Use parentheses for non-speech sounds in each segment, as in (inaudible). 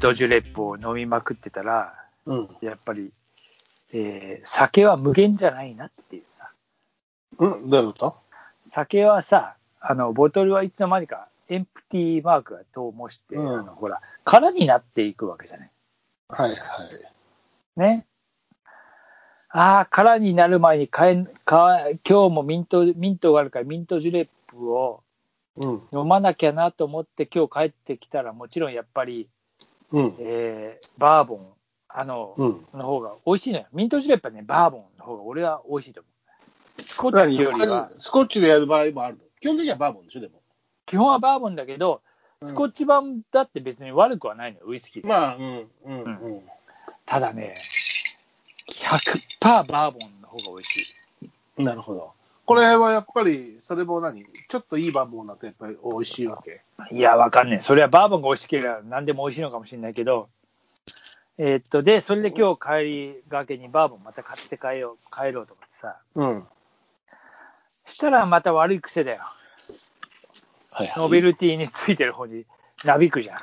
焼酎レップを飲みまくってたら、うん。やっぱり、えー酒は無限じゃないなっていうさ。うん、どういうこと酒はさ、あの、ボトルはいつの間にかエンプティーマークが灯もして、うんあの、ほら、空になっていくわけじゃない。はいはい。ね。ああ、空になる前に買えん、買え今日もミント、ミントがあるからミントジュレップをうん。飲まなきゃなと思って今日帰ってきたらもちろんやっぱり、うん。えーバーボン、あの、うん。の方が美味しいのよ。ミントジュレップはね、バーボンの方が俺は美味しいと思う。スコッ何チよりは、スコッチでやる場合もあるの基本的にはバーボンでしょ、でも。基本はバーボンだけど、スコッチ。チ版だって別に悪くはないのよ、ウイスキーで。まあ、うん。うん。うん。ただね、100%バーボンの方が美味しい。なるほど。これはやっぱり、それも何ちょっといいバーボンだとやっぱり美味しいわけ。いや、わかんねえ。それはバーボンが美味しければ何でも美味しいのかもしれないけど、えーっと、で、それで今日帰りがけにバーボンまた買って帰よう、帰ろうと思ってさ、うん。したらまた悪い癖だよ。はいノベルティについてる方になびくじゃん。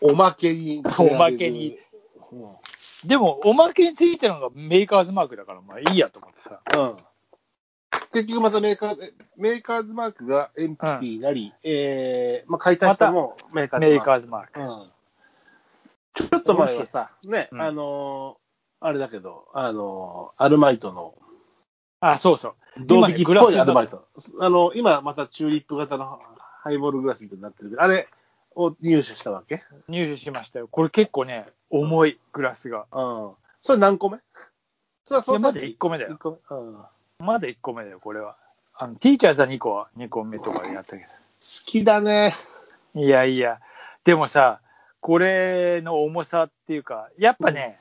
おまけに。おまけに。うん。うん。でも、おまけについてるのがメーカーズマークだから、まあいいやと思ってさ。結局またメーカーズ、メーカーズマークがエンプティーなり、えー、まあ解体したのもメーカーズマーメク。ーカーズマーク。うんちょっと前はさ、ね、うんあのーあれだけど、あのーアルマイトの、あ、そうそう。銅引きっグラぽスいのアルマイト。あの、今またチューリップ型のハイボールグラスみたいになってるけど、あれを入手したわけ入手しましたよ。これ結構ね、重いグラスが。うん。それ何個目それはいやまだ時1個目だよ一。個目うん。好まだ1個目だよ、これは。あの、ティーチャーズは2個は、2個目とかやったけきだね。ど。いやいや、でもさ、これの重さっていうか、やっぱね、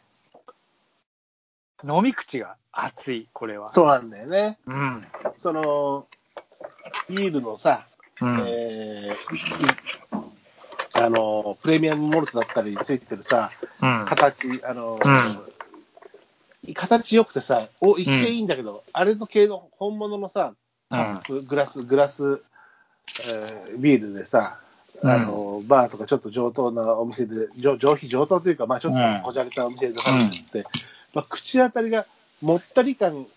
飲み口が熱い、これは。そうなんだよね。うん。その、ビールのさ、うん。えー、あの、プレミアムモルトだったりついてるさ、うん。形、あの、形良くてさ、お、一見いいんだけど、あれの系の本物のさ、カップ、グラス、グラス、えービールでさ、あの、バーとかちょっと上等なお店で、上上品上等というか、まあちょっとこじゃれたお店で出されてるっつって、まあ、口当たりがもったり感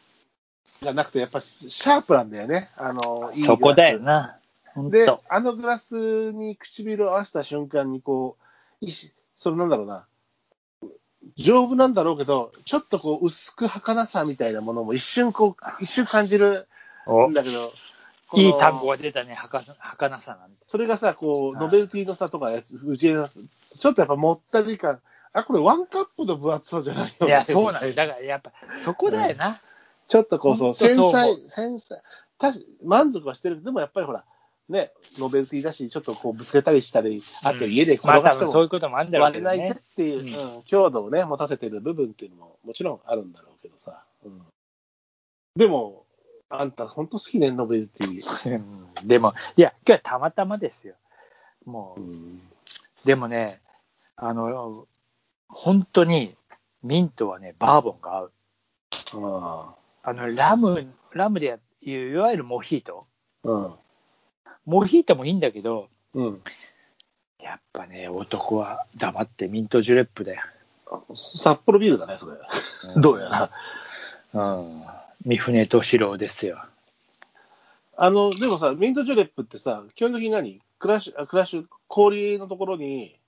がなくて、やっぱシャープなんだよね。あの、いいグラスそこだよな。ほんでと。、あのグラスに唇を合わせた瞬間に、こう、いしそのなんだろうな、丈夫なんだろうけど、ちょっとこう、薄く儚さみたいなものも一瞬こう、一瞬感じるおんだけど、このいい単語が出たね、はかはかなさなんて。それがさ、こう、はいノベルティのさとかやつ、藤枝さんちょっとやっぱもったり感、あ、これワンカップの分厚さじゃないよねいや、そうなんだよ。だからやっぱ、そこだよな。ちょっとこう、そ本う、当繊そう思う細、繊細、確か満足はしてるけど、でもやっぱりほら、ね、ノベルティだし、ちょっとこう、ぶつけたりしたり、あと家でま転あが多して分もそういうこともあるんだろう割けれどないぜねっ。ていう、うん強度をね、持たせてる部分っていうのももちろんあるんだろうけどさ。うんでも、あんた本当好きね、ノベルティ。うんでも、いや、今日はたまたまですよ。もうう、ん、でもね、あの、本当にミントはね、バーボンが合う。ああの、ラム、ラムでやいう、いわゆるモヒート。あうん。モヒートもいいんだけど、うん。やっぱね、男は黙ってミントジュレップだよ。札幌ビールだね、それ。どうやら。うん。三船敏郎ですよ。あの、でもさ、ミントジュレップってさ、基本的に何クラッシュ、あクラッシュ、氷のところに、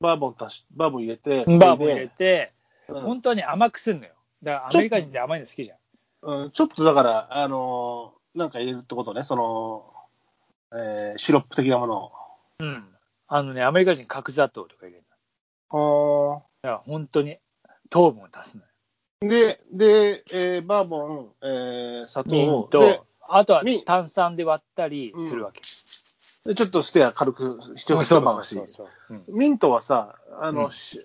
バーボン足し、バーボン入れて、それでバーボン入れて、うん本当に甘くすんのよ。だからアメリカ人って甘いの好きじゃん。うん、ちょっとだから、あのーなんか入れるってことね、その、えーシロップ的なものを。うん。あのね、アメリカ人角砂糖とか入れるの。あだから本当に糖分を足すのよ。ーで、で、えーバーボン、えー砂糖ミンをでト、あとはミン炭酸で割ったりするわけ。で、ちょっとステア軽くしておくそとう回しそう。そうそううんミントはさ、あの、うんし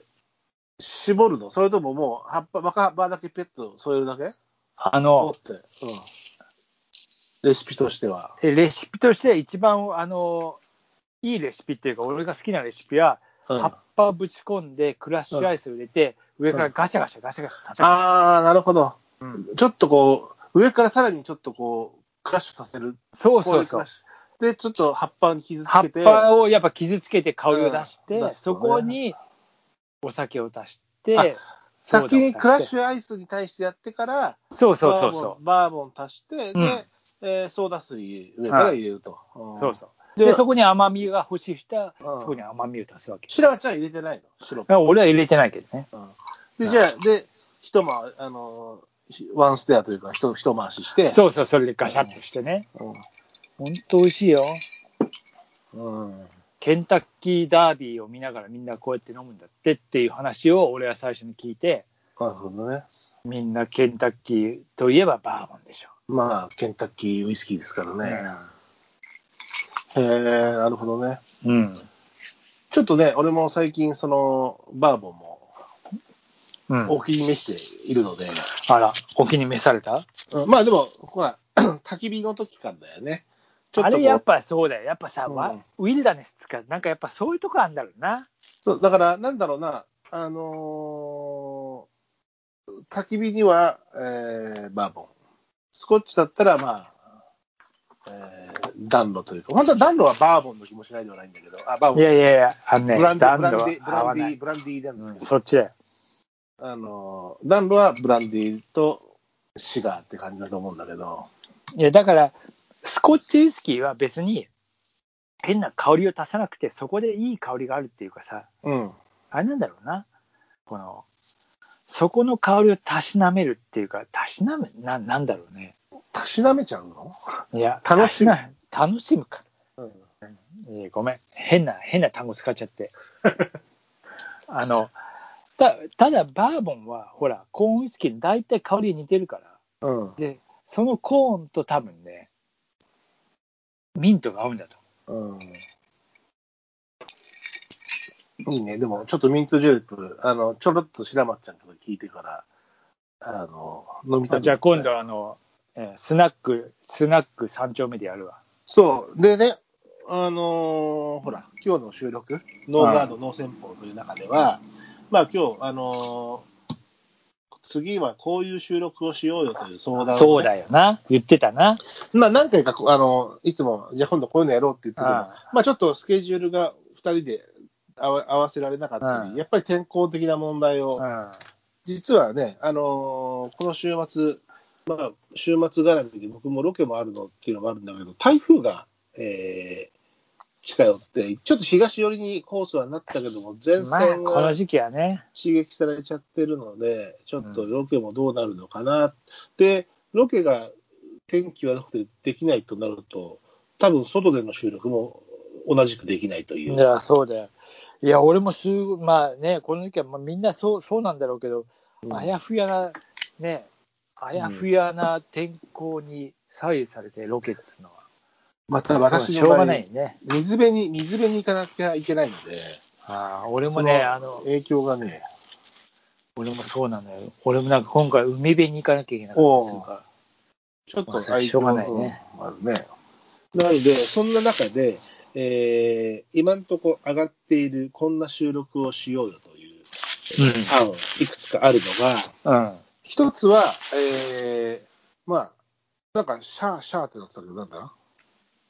絞るのそれとももう、葉っぱ、若葉っぱだけペット添えるだけあ持っの、て、うん。レシピとしては。レシピとしては一番、あの、いいレシピっていうか、俺が好きなレシピは、うん葉っぱをぶち込んで、クラッシュアイスを入れて、上からガシャガシャガシャガシャ叩く。あー、なるほど。うんちょっとこう、上からさらにちょっとこう、クラッシュさせる。そうそうそう氷クラッ。シュで、ちょっと葉っぱに傷つ葉っけて、ぱをやっぱ傷つけて香りを出して、うん出すとそねこにお酒を足しあて、ソーダを足して先にクラッシュアイスに対してやってから、そうそうそうそバーボンバーボン足して、うんで、えーソーダ水上から入れると。う。んそうそう。でで、そこに甘みが欲しい人は、うんそこに甘みを足すわけ。シラワちゃん入れてないのシロップ。俺は入れてないけどね。で、じゃあ、で、一回、あのー、ひワンステアというか、ひと一回しして。そうそう、それでガシャッとしてね。ほんと美味しいよ。うん。うん。ケンタッキーダービーを見ながらみんなこうやって飲むんだってっていう話を俺は最初に聞いて、なるほどね。みんなケンタッキーといえばバーボンでしょ。まあ、ケンタッキーウイスキーですからね。へえ、なるほどね。うん。ちょっとね、俺も最近、その、バーボンもうん。お気に召しているので、あら、お気に召されたうんまあでも、ほら、 (clears throat) 焚き火の時からだよね。ちょっあとれこやっうぱそうだよ。やっぱさ、うんわウィルダネスっつうか、なんかやっぱそういうとこあんだろうな。そう、だから、なんだろうな、あのー焚き火には、えーバーボン。スコッチだったら、まあ、えー暖炉というか、本当は暖炉はバーボンの気もしないではないんだけど、あ、バーボいン。やいやいや、あのね、ブランデ暖ィ、ブ炉ランはディ、合ブラわンデなィ、い。ブランディなんですうけん、ど、そっちだよ。あのー暖炉はブランディとシガーって感じだと思うんだけど、いや、だから、スコッチウイスキーは別に変な香りを足さなくて、そこでいい香りがあるっていうかさ、うん。あれなんだろうな。この、そこの香りをたしなめるっていうか、たしなめ、ななんだろうね。たしなめちゃうの、いや、楽しむたな楽しむか。うん、えーごめん変な変な単語使っちゃって (laughs) あのたただバーボンはほらコーンウイスキーに大体香り似てるからうん。でそのコーンと多分ねミントが合うんだとうんいいね、でもちょっとミントジュープ、あのちょろっと白松ちゃんから聞いてから、あの飲みたくなったじゃあ今度あの、えースナックスナック三丁目でやるわそう、でね、あのーほら、今日の収録、ノーガード、ノー戦法という中では、まあ今日、あのー次はこういう収録をしようよという相談をね、そうだよな言ってたなまあ何回かこう、あのいつも、じゃあ今度こういうのやろうって言ってても、あまあちょっとスケジュールが2人で合わ合わせられなかったり、うんやっぱり天候的な問題を、あ実はね、あのーこの週末、まあ、週末絡みで僕もロケもあるのっていうのもあるんだけど、台風が、えー近寄って、ちょっと東寄りにコースはなったけども、う前んまあ線このが時期はね刺激されちゃってるので、ちょっとロケもどうなるのかな、で、ロケが天気悪くてできないとなると、多分外での収録も同じくできないという。いやそうだよいや俺もすぐまあねこの時期は、まあ、みんなそうそうなんだろうけどうんあやふやな、ね、あやふやな天候に左右されてロケっつうのは、また私しのょう場が合、ないね。水辺に、水辺に行かなきゃいけないので、あー俺そもね、のあの、影響がね、俺もそうなのよ。俺もなんか今回、海辺に行かなきゃいけなかったりするかちょっとまあそれしょうがないねあるね。なので、そんな中で、えー今んとこ上がっているこんな収録をしようよというら。案、いくつかあるのが、うん。うん。一つは、えーまあ、なんか、シャーシャーってなってたけど、なんだな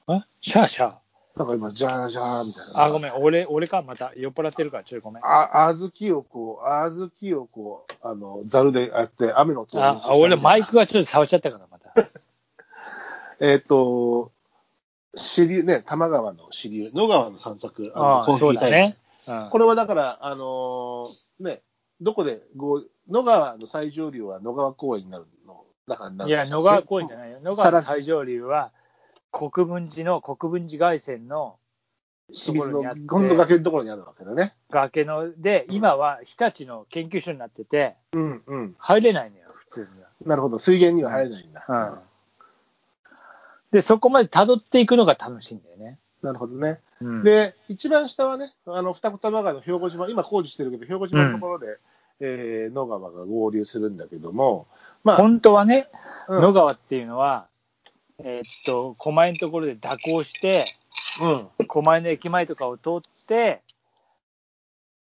あシャーシャー。なんか今、ジャージャーみたいな。あ、ごめん、俺、俺か、また酔っ払ってるから、ちょいごめん。あ、あ小豆をこう、小豆をこう、あの、ざるでやって、雨の音を演出したあ俺、マイみたいなクがちょっと触っちゃったから、また。えっ、と、支流ね、多摩川の支流、野川の散策、あのあコーヒそうータだイム、ね。うんこれはだから、あのーね、どこでこう、野川の最上流は野川公園になるの中になるいや、野川公園じゃなないい。よ。野川の最上流は、国分寺の、国分寺外線の清水ところにのあって、今度崖のところにあるわけだね。崖ので、今は日立の研究所になってて、うんうん。入れないのよ、普通には。なるほど、水源には入れないんだ。うんで、そこまで辿っていくのが楽しいんだよね。なるほどね。うん、で、一番下はね、あの、二子玉川の兵庫島、今工事してるけど、兵庫島のところで、えー野川が合流するんだけども、まあ、本当はね、うん野川っていうのは、えーっと、狛江のところで蛇行して、うん、狛江の駅前とかを通って、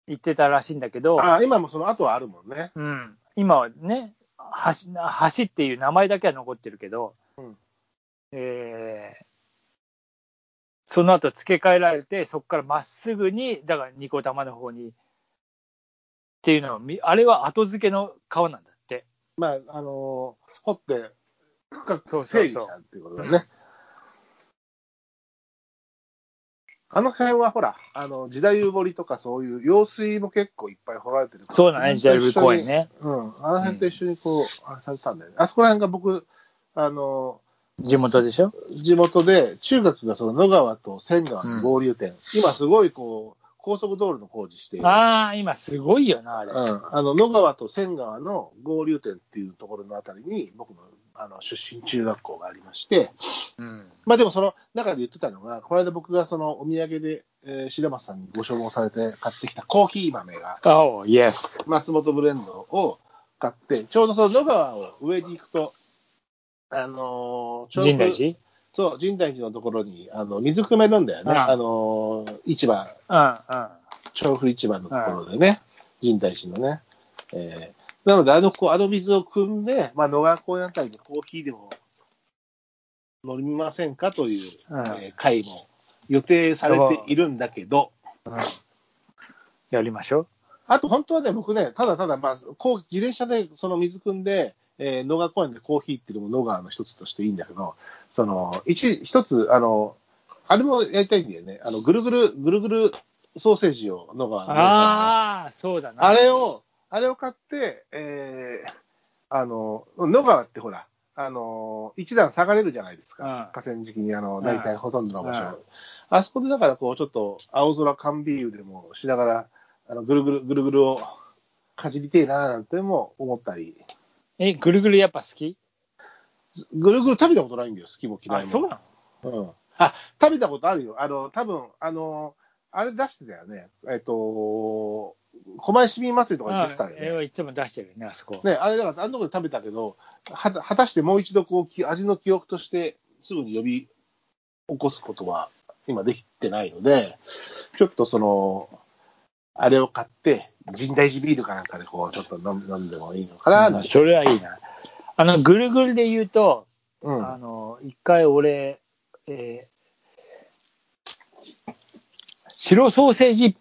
行ってたらしいんだけど、あ今もその後はあるもんね。うん、今はね橋、橋っていう名前だけは残ってるけど、うんえーその後付け替えられて、そこからまっすぐに、だからニコ玉の方にっていうのを見、あれは後付けの川なんだって。まあ、あのー掘って、区そ画うそうそうを整理したっていうことだね。あの辺はほら、あの、時代湯堀とかそういう、用水も結構いっぱい掘られてるから。そうなんエンジェル公園。ね。うん、あの辺と一緒にこう、あれされたんだよね。あそこら辺が僕、あの、地元でしょ地元で、中学がその野川と仙川の合流点、今すごいこう、高速道路の工事している。ああ、今すごいよな、あれ。うん、あの野川と仙川の合流点っていうところのあたりに僕のあの出身中学校がありまして、うん。まあ、でもその中で言ってたのがこの間僕がそのお土産で、えー白松さんにご所望されて買ってきたコーヒー豆がおう、イエス。松本ブレンドを買ってちょうどその野川を上に行くと、あのーちょうど深大寺そう神代寺のところにあの水汲めるんだよね、うんあのー市場うんうん。調布市場のところでね、神代市のね。えーなので、あの、こう、あの水を汲んで、まあ、野川公園あたりでコーヒーでも飲みませんかという、うんえー会も予定されているんだけど、うんやりましょう。あと本当はね、僕ね、ただただ、まあ、こう、自転車でその水汲んで、えー野川公園でコーヒーっていうのも野川の一つとしていいんだけど、その、一、一つ、あの、あれもやりたいんだよね。あの、ぐるぐる、ぐるぐるソーセージを野川のああ、そうだな。あれを、あれを買って、えーあの、野川ってほら、あの、一段下がれるじゃないですか。うん河川敷に、あうの、ん大体ほとんどの場所。うんあそこでだから、こう、ちょっと、青空缶ビールでもしながら、あの、ぐるぐる、ぐるぐるをかじりてえなーなんても思ったり、え、ぐるぐるやっぱ好きぐるぐる食べたことないんだよ、好きも嫌あ、いも。そうなうん。あ、食べたことあるよ。あの、多分あの、あれ出してたよね。えっと、狛江市民祭りとかのに出てたよね。うんえいつも出してるよね、あそこ。ね、あれだから、あのとこで食べたけど、はた果たしてもう一度こうき味の記憶として、すぐに呼び起こすことは今できてないので、ちょっとその、あれを買って、神代寺ビールかなんかでこう、ちょっと飲む飲んでもいいのかな、うんなんてそれはいいな。あの、ぐるぐるで言うと、うん。あの、一回俺、えー白ソーセージっ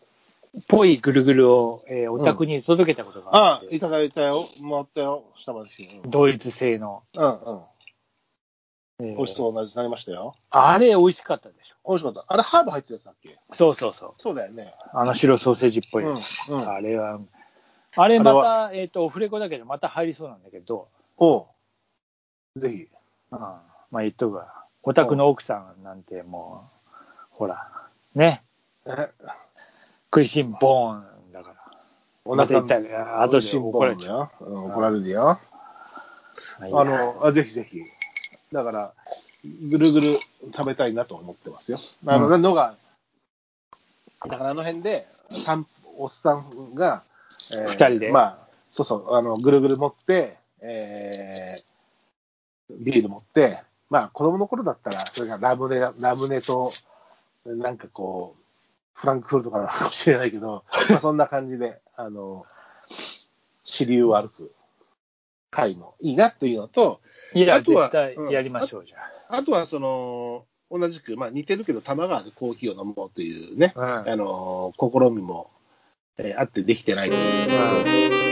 ぽいぐるぐるを、えーお宅に届けたことがああっ、て、いただいたよ。もらったよ。下まで来て。うん、ドイツ製の。うん、うん。えー美味しそうな味になりましたよ。あれ、美味しかったでしょ。美味しかった。あれ、ハーブ入ってたやつだっけそうそうそう。そうだよね。あの白ソーセージっぽういん、やうんつ。。あれは、あれまた、えっ、と、オフレコだけど、また入りそうなんだけど、おうぜひ。うん、まあ言っとくわ。お宅の奥さんなんてもう、ほら、ね、え食いしん坊だから。おまた腹言ったら、後で怒られちゃう。ゃうん。怒られるよ。まあいいやあ、のあぜひぜひ。だから、ぐるぐる食べたいなと思ってますよ。あの、うのが、だからあの辺で、散おっさんが、えー二人でまあ、そうそう、あの、ぐるぐる持って、えービール持って、まあ、子供の頃だったら、それがラムネ、ラムネと、なんかこう、フランクフルトかなのかもしれないけ (laughs) ど、まあ、そんな感じで、あの、支流を歩く回もいいなというのと、いや、あとは絶対やりましょうじゃあとはその、同じく、まあ、似てるけど、多摩川でコーヒーを飲もうというね、あ。うん。あのー試みも、えーあってできてないということで、うん